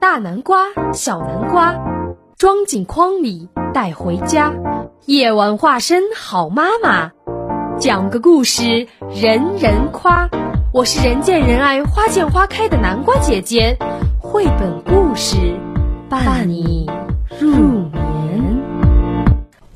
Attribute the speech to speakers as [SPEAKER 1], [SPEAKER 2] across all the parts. [SPEAKER 1] 大南瓜、小南瓜，装进筐里带回家。夜晚化身好妈妈，讲个故事人人夸。我是人见人爱、花见花开的南瓜姐姐，绘本故事伴你入眠。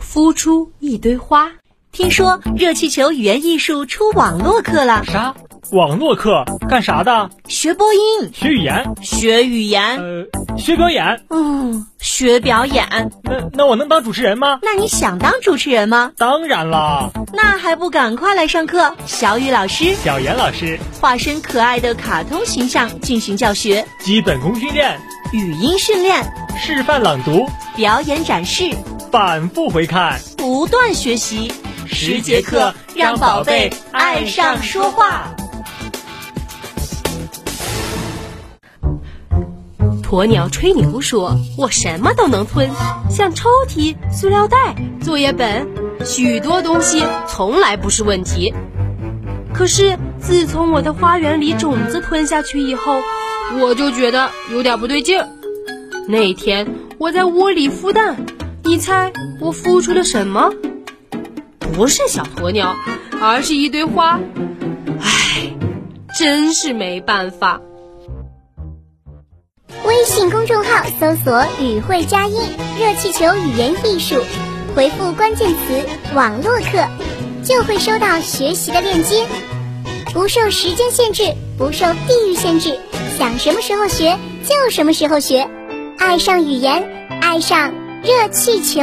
[SPEAKER 1] 孵出一堆花，
[SPEAKER 2] 听说热气球语言艺术出网络课了，
[SPEAKER 3] 啥？网络课干啥的？
[SPEAKER 2] 学播音、
[SPEAKER 3] 学语言？
[SPEAKER 2] 学语言，
[SPEAKER 3] 呃，学表演？
[SPEAKER 2] 嗯，学表演。
[SPEAKER 3] 那那我能当主持人吗？
[SPEAKER 2] 那你想当主持人吗？
[SPEAKER 3] 当然啦，
[SPEAKER 2] 那还不赶快来上课！小雨老师
[SPEAKER 3] 小严老师，
[SPEAKER 2] 化身可爱的卡通形象进行教学、
[SPEAKER 3] 基本功训练，
[SPEAKER 2] 语音训练、
[SPEAKER 3] 示范朗读，
[SPEAKER 2] 表演展示，
[SPEAKER 3] 反复回看。
[SPEAKER 2] 不断学习，
[SPEAKER 3] 十节课让宝贝爱上说话。
[SPEAKER 1] 鸵鸟吹牛说：“我什么都能吞，像抽屉、塑料袋、作业本，许多东西从来不是问题。可是自从我的花园里种子吞下去以后，我就觉得有点不对劲儿。那天我在窝里孵蛋，你猜我孵出了什么？不是小鸵鸟，而是一堆花。唉，真是没办法。”
[SPEAKER 4] 微信公众号搜索“语会佳音”，热气球语言艺术，回复关键词“网络课”，就会收到学习的链接。不受时间限制，不受地域限制，想什么时候学就什么时候学。爱上语言，爱上热气球。